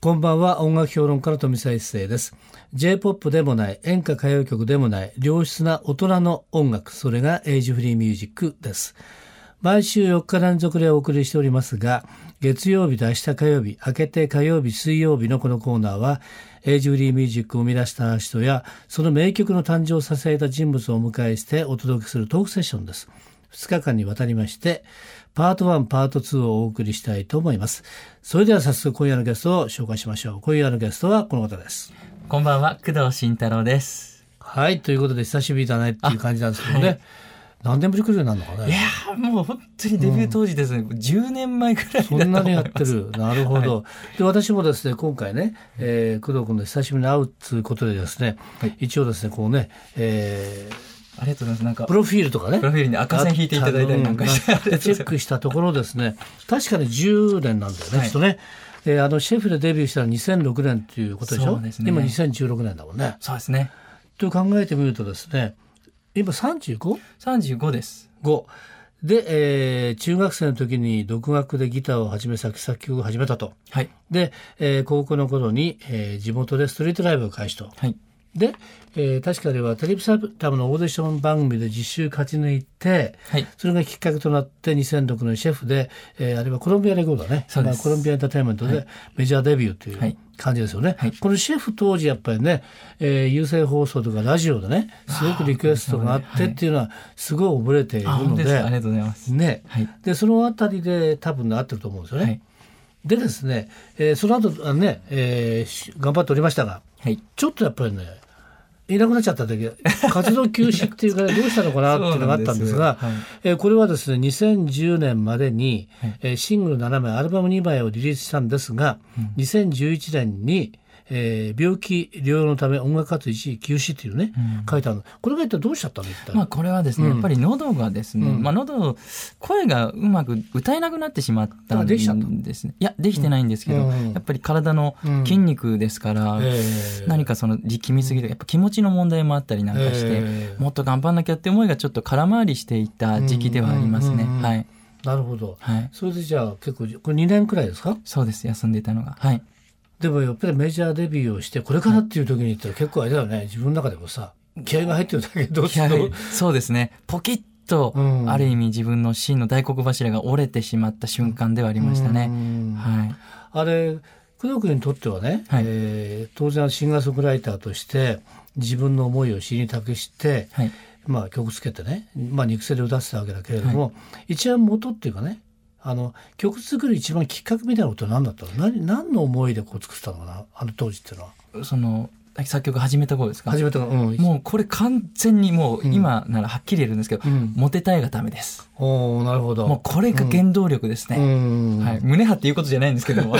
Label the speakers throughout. Speaker 1: こんばんは音楽評論家の富澤一世です J-POP でもない演歌歌謡曲でもない良質な大人の音楽それがエイジフリーミュージックです毎週4日連続でお送りしておりますが月曜日と明日火曜日明けて火曜日水曜日のこのコーナーはエイジフリーミュージックを生み出した人やその名曲の誕生を支えた人物をお迎えしてお届けするトークセッションです2日間にわたりましてパート1パート2をお送りしたいと思いますそれでは早速今夜のゲストを紹介しましょう今夜のゲストはこの方です
Speaker 2: こんばんは、工藤慎太郎です。
Speaker 1: はいということで久しぶりだねっていう感じなんですけどね、何年ぶりくらいになるのかね
Speaker 2: いやー、もう本当にデビュー当時ですね、10年前ぐらいだと
Speaker 1: そ
Speaker 2: 思い
Speaker 1: んな
Speaker 2: ます。
Speaker 1: にやってる。なるほど。で、私もですね、今回ね、えー工藤君の久しぶりに会うということでですね、一応ですね、こうね、えー
Speaker 2: ありがとうございます。なんか、
Speaker 1: プ
Speaker 2: プロ
Speaker 1: ロフィールとかね、
Speaker 2: フィールに赤線引いていただいたりなんかして、ありがと
Speaker 1: で
Speaker 2: うござ
Speaker 1: チ
Speaker 2: い
Speaker 1: ェ
Speaker 2: ます
Speaker 1: ックしたところですね、確かに10年なんだよね、
Speaker 2: はい
Speaker 1: きっとね。えーあの、シェフでデビューしたのは2006年ということでしょ
Speaker 2: そうですね
Speaker 1: 今2016年だもんね。
Speaker 2: そうですね。
Speaker 1: と考えてみるとですね、今 35?
Speaker 2: 35です。
Speaker 1: 5で、えー中学生の時に独学でギターを始め作作曲を始めたと。
Speaker 2: はい。
Speaker 1: で、えー高校の頃に、えー地元でストリートライブを開始と。
Speaker 2: はい。
Speaker 1: で、えー確かではテレビサタムのオーディション番組で実習勝ち抜いて、
Speaker 2: はい。
Speaker 1: それがきっかけとなって2006年シェフで、えーあれはコロンビアレコードだね。
Speaker 2: そうです
Speaker 1: まあコロンビアエンターテインメントでメジャーデビューとい
Speaker 2: は
Speaker 1: う
Speaker 2: い
Speaker 1: 感じですよね。
Speaker 2: はい
Speaker 1: このシェフ当時やっぱりね、えー有線放送とかラジオでね、すごくリクエストがあってっていうのはすごい覚えている
Speaker 2: あ、
Speaker 1: の
Speaker 2: 本当ですか。あり
Speaker 1: で、
Speaker 2: がとうございます。
Speaker 1: ね。
Speaker 2: はい。
Speaker 1: で、そのあたりで多分なってると思うんですよね。
Speaker 2: はい。
Speaker 1: でですね、えーその後あのね、えーし頑張っておりましたが、
Speaker 2: はい。
Speaker 1: ちょっとやっぱりね、いなくなっちゃった時、活動休止っていうか、どうしたのかなっていうのがあったんですが、
Speaker 2: そうなんです
Speaker 1: えーこれはですね、2010年までに、
Speaker 2: はい
Speaker 1: えーシングル7枚、アルバム2枚をリリースしたんですが、2011年に、えー病気療養のため音楽活動一時休止っていうね、書いてあるの。これが一体どうしちゃったの一体。
Speaker 2: まあこれはですね、やっぱり喉がですね、まあ喉、声がうまく歌えなくなってしまった
Speaker 1: あ
Speaker 2: ん
Speaker 1: できちゃった
Speaker 2: ですね。いや、できてないんですけど、
Speaker 1: うん
Speaker 2: やっぱり体の筋肉ですから、
Speaker 1: えー
Speaker 2: 何かその力みすぎてやっぱ気持ちの問題もあったりなんかして、
Speaker 1: ええ
Speaker 2: もっと頑張んなきゃって思いがちょっと空回りしていた時期ではありますね、
Speaker 1: うんうんうんうん
Speaker 2: はい
Speaker 1: なるほど。
Speaker 2: はい
Speaker 1: それでじゃあ結構、これ2年くらいですか
Speaker 2: そうです休んでいたのがはい
Speaker 1: でもやっぱりメジャーデビューをしてこれからっていう時に言ったら結構あれだよね自分の中でもさ気合が入ってるだけどう
Speaker 2: い
Speaker 1: し
Speaker 2: や
Speaker 1: ても
Speaker 2: そうですねポキッと、
Speaker 1: うん
Speaker 2: ある意味自分の真の大黒柱が折れてしまった瞬間ではありましたね、
Speaker 1: うん
Speaker 2: はい
Speaker 1: あれ工藤君にとってはね、
Speaker 2: はい
Speaker 1: えー当然シンガーソングライターとして自分の思いを詩に託して、
Speaker 2: はい
Speaker 1: まあ、曲つけてね、まあ、肉声で歌ってたわけだけれども、一番元っていうかねあの曲作る一番きっかけみたいなことは何だったの何何の思いでこう作ってたのかなあの当時っていうのは。
Speaker 2: その作曲始めた頃ですか
Speaker 1: 初めての、うん
Speaker 2: もうこれ完全にもう今ならはっきり言えるんですけど、
Speaker 1: うん
Speaker 2: モテたいがダメです
Speaker 1: おーなるほど。
Speaker 2: もうこれが原動力ですね、
Speaker 1: うん
Speaker 2: はい、胸張って言うことじゃないんですけど も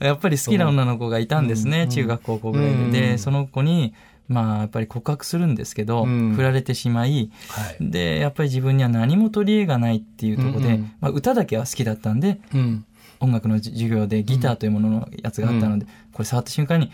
Speaker 2: やっぱり好きな女の子がいたんですね、中学高校ぐらいで,、
Speaker 1: うん
Speaker 2: でその子にまあやっぱり告白するんですけど、
Speaker 1: うん
Speaker 2: 振られてしまい
Speaker 1: はい
Speaker 2: でやっぱり自分には何も取り柄がないっていうところで、
Speaker 1: うんうん
Speaker 2: まあ、歌だけは好きだったんで
Speaker 1: うん
Speaker 2: 音楽の授業でギターというもののやつがあったので、これ触った瞬間に、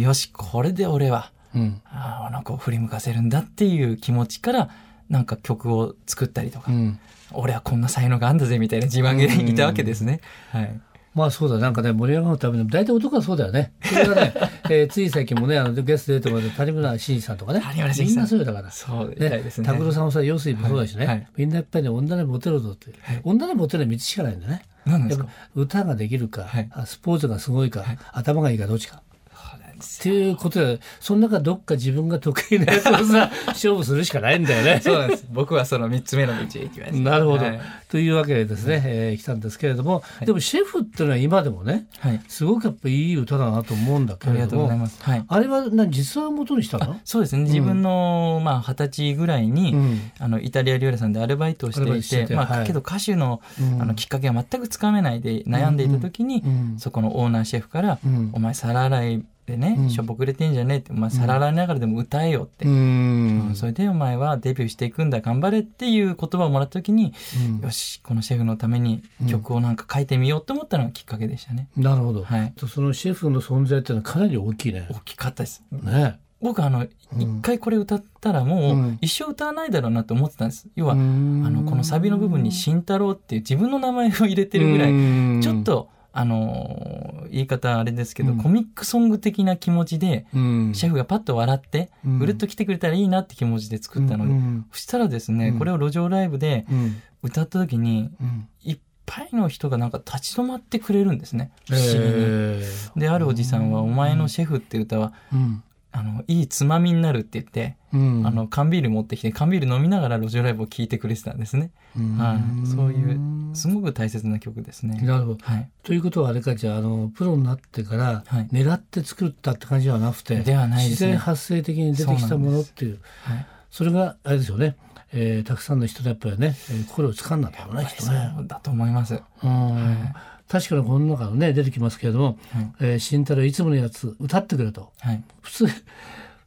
Speaker 2: よしこれで俺は
Speaker 1: うん
Speaker 2: ああの子を振り向かせるんだっていう気持ちからなんか曲を作ったりとか、
Speaker 1: うん
Speaker 2: 俺はこんな才能があんだぜみたいな自慢げでいたわけですね。はい
Speaker 1: まあそうだなんかね盛り上がるためにも大体男はそうだよね。それが ね、えーつい最近もねあのゲスト出てもらった谷村新司さんとかね
Speaker 2: 谷村新
Speaker 1: みん
Speaker 2: 司さん
Speaker 1: なそうよだから。
Speaker 2: そうみたい
Speaker 1: ね
Speaker 2: ですね。
Speaker 1: 拓郎、さんもさ陽水もそうだしね、
Speaker 2: はいはい
Speaker 1: みんなやっぱりね女にモテるぞって、女にモテる道しかないんだね。
Speaker 2: 何なんで
Speaker 1: やっ
Speaker 2: すか
Speaker 1: ぱ歌ができるか、
Speaker 2: はい
Speaker 1: あスポーツがすごいか、頭がいいかどっちか。
Speaker 2: そうなんです
Speaker 1: っていうことでその中どっか自分が得意なやつをさ 勝負するしかないんだよね。
Speaker 2: そうなんです。僕はその三つ目の道へ行きました。
Speaker 1: なるほど、
Speaker 2: はい。
Speaker 1: というわけでですね、えー来たんですけれども、でもシェフっていうのは今でもね
Speaker 2: はい
Speaker 1: すごくやっぱいい歌だなと思うんだけ
Speaker 2: あり
Speaker 1: れ
Speaker 2: が
Speaker 1: ど
Speaker 2: と
Speaker 1: も
Speaker 2: うございます。はい。
Speaker 1: あれは何実話を元にしたの
Speaker 2: そうですね。自分の、まあ二十歳ぐらいに、
Speaker 1: うん
Speaker 2: あのイタリア料理屋さんでアルバイトをして
Speaker 1: アルバイ
Speaker 2: い
Speaker 1: トして
Speaker 2: て
Speaker 1: て
Speaker 2: まあ、
Speaker 1: はい
Speaker 2: けど歌手の,、あのきっかけは全くつかめないで悩んでいた時に、
Speaker 1: うん
Speaker 2: そこのオーナーシェフから「
Speaker 1: うん
Speaker 2: お前皿洗いでね、しょぼくれてんじゃねえ」って「お前皿洗いながらでも歌えよ」って、
Speaker 1: うん
Speaker 2: それでお前はデビューしていくんだ頑張れっていう言葉をもらった時に、
Speaker 1: うん
Speaker 2: よしこのシェフのために曲をなんか書いてみようと思ったのがきっかけでしたね、
Speaker 1: なるほど、
Speaker 2: はい
Speaker 1: とそのシェフの存在っていうのはかなり大きいね。
Speaker 2: 大きかったです
Speaker 1: ね
Speaker 2: 僕あの一回これ歌ったらも
Speaker 1: う
Speaker 2: うん一生歌わないだろうなと思ってたんです要は、
Speaker 1: うん
Speaker 2: あのこのサビの部分に「慎太郎」っていう自分の名前を入れてるぐらい、
Speaker 1: うん
Speaker 2: ちょっとあのー言い方あれですけど、
Speaker 1: うん
Speaker 2: コミックソング的な気持ちで、
Speaker 1: うん
Speaker 2: シェフがパッと笑って、
Speaker 1: う
Speaker 2: うんるっと来てくれたらいいなって気持ちで作ったので、
Speaker 1: うん
Speaker 2: そしたらですね、
Speaker 1: うん
Speaker 2: これを路上ライブで
Speaker 1: うん
Speaker 2: 歌った時に、
Speaker 1: うん
Speaker 2: いっぱいの人がなんか立ち止まってくれるんですね。
Speaker 1: え
Speaker 2: 不思議に。
Speaker 1: ー
Speaker 2: で、あるおじさんは、お前のシェフって歌は、
Speaker 1: うん
Speaker 2: あの、いいつまみになるって言って、
Speaker 1: うん
Speaker 2: あの、缶ビール持ってきて、缶ビール飲みながら路上ライブを聴いてくれてたんですね。
Speaker 1: うん
Speaker 2: はいそういうすごく大切な曲ですね。
Speaker 1: なるほど
Speaker 2: はい。
Speaker 1: ということはあれかじゃああのプロになってから
Speaker 2: はい
Speaker 1: 狙って作ったって感じではなくて、
Speaker 2: ではないで
Speaker 1: 自
Speaker 2: す
Speaker 1: 然
Speaker 2: ね。
Speaker 1: 発生的に出てきたものっていう
Speaker 2: はい。
Speaker 1: それがあれですよね、えーたくさんの人でやっぱりね、えー心を掴んだんだろうねきっとね。
Speaker 2: そうだと思います。
Speaker 1: うん
Speaker 2: はい
Speaker 1: 確かにこの中のね出てきますけれども
Speaker 2: はい
Speaker 1: 「えー慎太郎いつものやつ歌ってくれ」と
Speaker 2: はい。
Speaker 1: 普通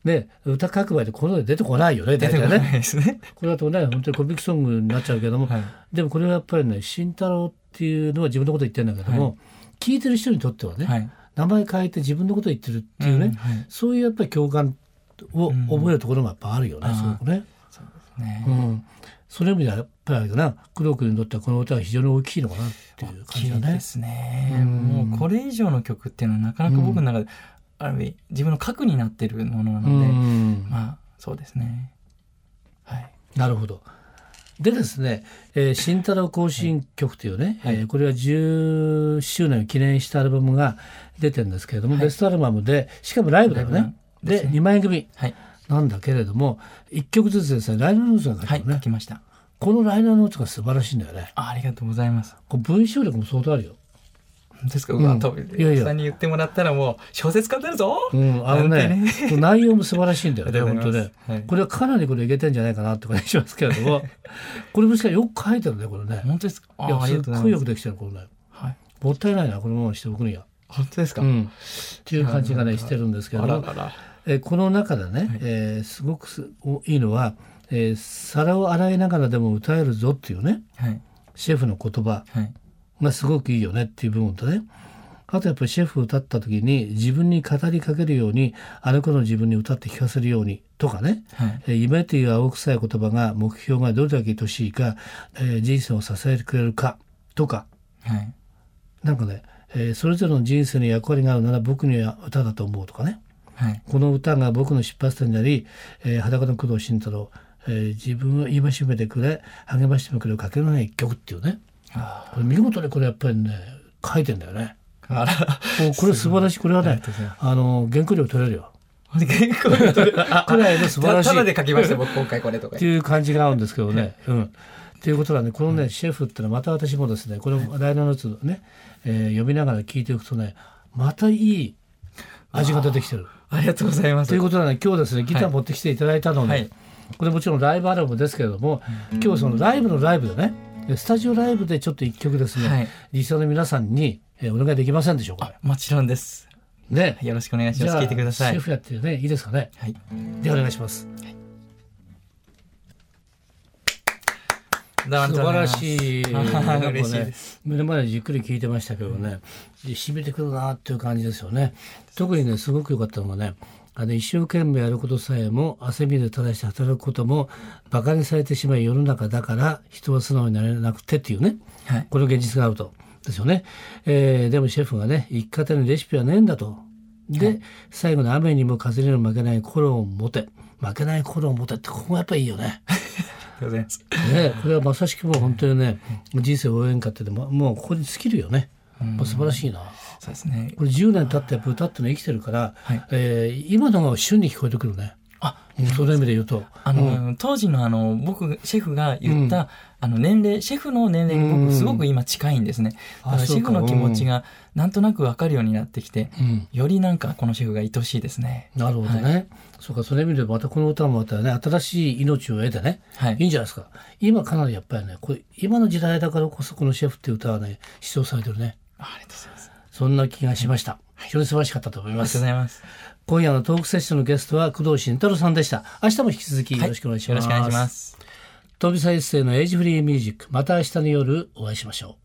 Speaker 1: ね歌書く場合でこので出てこないよね
Speaker 2: 出
Speaker 1: 大
Speaker 2: てこ
Speaker 1: 体
Speaker 2: ない
Speaker 1: ね。
Speaker 2: ですね。
Speaker 1: これだとね本当にコミックソングになっちゃうけども、
Speaker 2: はい。
Speaker 1: でもこれはやっぱりね慎太郎っていうのは自分のこと言ってるんだけども、
Speaker 2: は
Speaker 1: 聞いてる人にとってはね、
Speaker 2: はい。
Speaker 1: 名前変えて自分のこと言ってるっていうね、
Speaker 2: んはい。
Speaker 1: そういうやっぱり共感を覚えるところがやっぱあるよね、
Speaker 2: うん
Speaker 1: すごくね。
Speaker 2: そうですね
Speaker 1: う。ん、そういう意味ではやっぱりあれだな工藤君にとってはこの歌は非常に大きいのかなっていう感じだ
Speaker 2: 大きいで
Speaker 1: ね。
Speaker 2: すね、
Speaker 1: うん
Speaker 2: もうこれ以上の曲っていうのはなかなか僕の中で、ある意味自分の核になってるものなの
Speaker 1: う
Speaker 2: で、
Speaker 1: ん
Speaker 2: まあそうですねはい
Speaker 1: なるほど。でですね「えー慎太郎行進曲」というね、
Speaker 2: はい
Speaker 1: えーこれは10周年を記念したアルバムが出てるんですけれども、ベストアルバムでしかもライブだよ
Speaker 2: ライブ
Speaker 1: ね。
Speaker 2: で
Speaker 1: です
Speaker 2: ね
Speaker 1: 2枚組
Speaker 2: はい、
Speaker 1: なんだけれども1曲ずつですねライナーノーツが書いてあ
Speaker 2: はい
Speaker 1: るね、
Speaker 2: 書きました
Speaker 1: このライナーノーツが素晴らしいんだよね。
Speaker 2: あありがとうございます
Speaker 1: これ文章力も相当あるよ。
Speaker 2: 本当ですか
Speaker 1: うん
Speaker 2: うわ、と
Speaker 1: いやいや
Speaker 2: さんに言ってもらったらもう小説家になるぞ、
Speaker 1: うん、あのね
Speaker 2: なんてね、
Speaker 1: この内容も素晴らしいんだよ
Speaker 2: あ
Speaker 1: ね、
Speaker 2: りがとう
Speaker 1: 本
Speaker 2: ござ
Speaker 1: 当
Speaker 2: います
Speaker 1: ね。
Speaker 2: はい
Speaker 1: これはかなりこれいけてんじゃないかなって感じしますけれど も、これもしかよく書いてるね、これね。
Speaker 2: 本当ですか
Speaker 1: いや、
Speaker 2: ああり
Speaker 1: す
Speaker 2: がとう
Speaker 1: っ
Speaker 2: ご
Speaker 1: ごい
Speaker 2: ざい
Speaker 1: よく
Speaker 2: ます
Speaker 1: できてる、これね。
Speaker 2: はい
Speaker 1: もったいないな、このままにしておくには。
Speaker 2: 本当ですか、
Speaker 1: うん。っていう感じがね、してるんですけれ
Speaker 2: あ
Speaker 1: ど
Speaker 2: ら
Speaker 1: も、
Speaker 2: らら
Speaker 1: えこの中でね、えーすごくすおいいのは、えー皿を洗いながらでも歌えるぞっていうね、
Speaker 2: はい
Speaker 1: シェフの言葉
Speaker 2: はい
Speaker 1: がすごくいいよねっていう部分とね、あとやっぱりシェフ歌った時に自分に語りかけるように、あの頃の自分に歌って聞かせるようにとかね、
Speaker 2: はい
Speaker 1: えー夢という青臭い言葉が目標がどれだけ愛しいか、えー人生を支えてくれるかとか
Speaker 2: はい
Speaker 1: なんかね、えーそれぞれの人生に役割があるなら僕には歌だと思うとかね
Speaker 2: はい
Speaker 1: この歌が僕の出発点であり、えー裸の工藤慎太郎、えー自分を戒めてくれ励ましてくれるかけのない一曲っていうね
Speaker 2: あ
Speaker 1: これ見事にこれやっぱりね書いてんだよね
Speaker 2: ーあら
Speaker 1: もうこれ素晴らしいこれは
Speaker 2: あり
Speaker 1: ね
Speaker 2: がとうございます
Speaker 1: あの原稿料取れるよ
Speaker 2: 結構言ってるあ
Speaker 1: くらいの素晴らしい
Speaker 2: たただで書きました僕今回これとか
Speaker 1: っていう感じが合うんですけどね。うん。ということはね、このね、シェフってのはまた私もですね、これもライナーノーツをね、えー読みながら聞いていくとね、またいい味が出てきてる。
Speaker 2: ありがとうございます
Speaker 1: ということはね、今日ですね、ギター持ってきていただいたので、
Speaker 2: はい
Speaker 1: これもちろんライブアルバムですけれども、今日そのライブのライブでね、スタジオライブでちょっと一曲ですね、
Speaker 2: はい
Speaker 1: リスナーの皆さんに、えーお願いできませんでしょうか
Speaker 2: あもちろんです
Speaker 1: ね。
Speaker 2: よろしくお願いし
Speaker 1: じ
Speaker 2: ます
Speaker 1: ゃあ、
Speaker 2: 聞いてくださ
Speaker 1: シェ
Speaker 2: い
Speaker 1: フやってね、いいですかね。
Speaker 2: はい
Speaker 1: ではお願いします。
Speaker 2: 素晴
Speaker 1: 素晴らしい。
Speaker 2: 嬉しいです。
Speaker 1: す。目の前でじっくり聞いてましたけどね、でしびれてくるなっていう感じですよね。特にね、すごく良かったのがね、あの一生懸命やることさえも汗水垂らして働くことも馬鹿にされてしまい世の中だから人は素直になれなくてっていうね、
Speaker 2: はい
Speaker 1: この現実があるとですよね、えーでもシェフがね生き方にレシピはねえんだとで、最後の雨にも風にも負けない心を持て負けない心を持てってここがやっぱいいよね。
Speaker 2: ありがとうございます。
Speaker 1: ね、これはまさしくもう本当にね、人生応援歌ってでも、もうここに尽きるよね。まあ、素晴らしいな。
Speaker 2: そうですね。
Speaker 1: これ10年経ってやっぱ歌ってのは生きてるから、
Speaker 2: はい
Speaker 1: えー今のが旬に聞こえてくるね。
Speaker 2: あ、
Speaker 1: うんその意味で言うと。
Speaker 2: あの、当時のあの、僕、シェフが言った、あの、年齢、シェフの年齢に
Speaker 1: うん
Speaker 2: 僕、すごく今近いんですね。
Speaker 1: あ
Speaker 2: だから
Speaker 1: そう
Speaker 2: シェ
Speaker 1: か
Speaker 2: フの気持ちが、なんとなくわかるようになってきて、
Speaker 1: うん。
Speaker 2: よりなんか、このシェフが愛しいですね。
Speaker 1: なるほどね。そうか、その意味でまたこの歌もまたね、新しい命を得てね、
Speaker 2: はい
Speaker 1: い
Speaker 2: い。
Speaker 1: んじゃないですか。今かなりやっぱりね、これ今の時代だからこそこのシェフっていう歌はね、主張されてるね。
Speaker 2: あありがとうございます。あ
Speaker 1: そんな気がしました。非常に素晴らしかったと思い
Speaker 2: り
Speaker 1: ま
Speaker 2: がとう
Speaker 1: す
Speaker 2: ご。ざいます。
Speaker 1: 今夜のトークセッションのゲストは工藤慎太郎さんでした。明日も引き続きよろしくお願いします。
Speaker 2: よろしくお願いします。
Speaker 1: 飛び再生のエイジフリーミュージック、また明日の夜お会いしましょう。